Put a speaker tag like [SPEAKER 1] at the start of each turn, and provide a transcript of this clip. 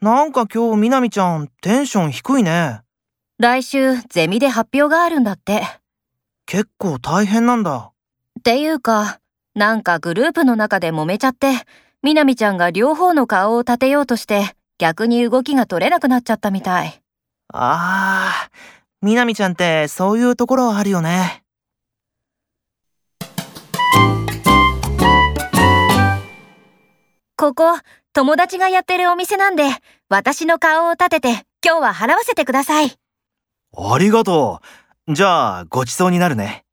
[SPEAKER 1] なんか今日みなみちゃんテンション低いね。
[SPEAKER 2] 来週ゼミで発表があるんだって。
[SPEAKER 1] 結構大変なんだ。
[SPEAKER 2] っていうか、なんかグループの中で揉めちゃって、みなみちゃんが両方の顔を立てようとして、逆に動きが取れなくなっちゃったみたい。
[SPEAKER 1] ああ、みなみちゃんってそういうところあるよね。
[SPEAKER 2] ここ、友達がやってるお店なんで、私の顔を立てて、今日は払わせてください。
[SPEAKER 1] ありがとう。じゃあごちそうになるね。